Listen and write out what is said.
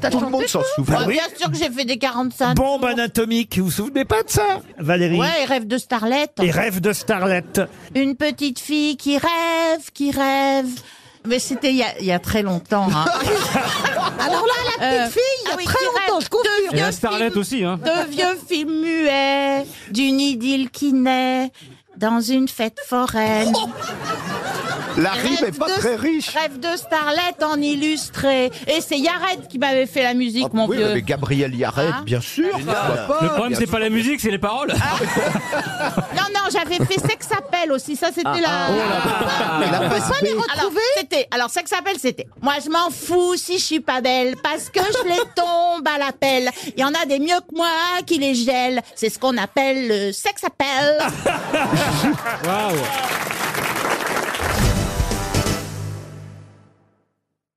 T'as Tout le chanté, monde s'en toi souvient. Bah, Oui. Bien sûr que j'ai fait des 45. Bombe anatomique, vous vous souvenez pas de ça, Valérie Ouais, et rêve de starlette. Et rêve de starlette. Une petite fille qui rêve, qui rêve. Mais c'était il y a, il y a très longtemps. hein. Alors là, la petite Euh, fille, il y a ah oui, très qui longtemps, rêve je confirme. de vieux starlette aussi, hein. De vieux films muets, d'une idylle qui naît dans une fête foraine. La rime est Oh, pas de- très riche. Rêve de starlette en illustré. Et c'est Yared qui m'avait fait la musique, Ah, mon oui, vieux. mais Gabriel Yaret, Hein bien sûr. pourquoi pas, Le problème, bien c'est pas la musique, c'est les paroles. Non, non, j'avais fait Sex Appel aussi. Ça, c'était Ah, la. oh Ah, Il a pas pas les retrouver C'était. Alors, Sex Appel, c'était. Moi, je m'en fous si je suis pas belle parce que je les tombe à la pelle. Il y en a des mieux que moi qui les gèlent. C'est ce qu'on appelle le Sex Appel. Waouh.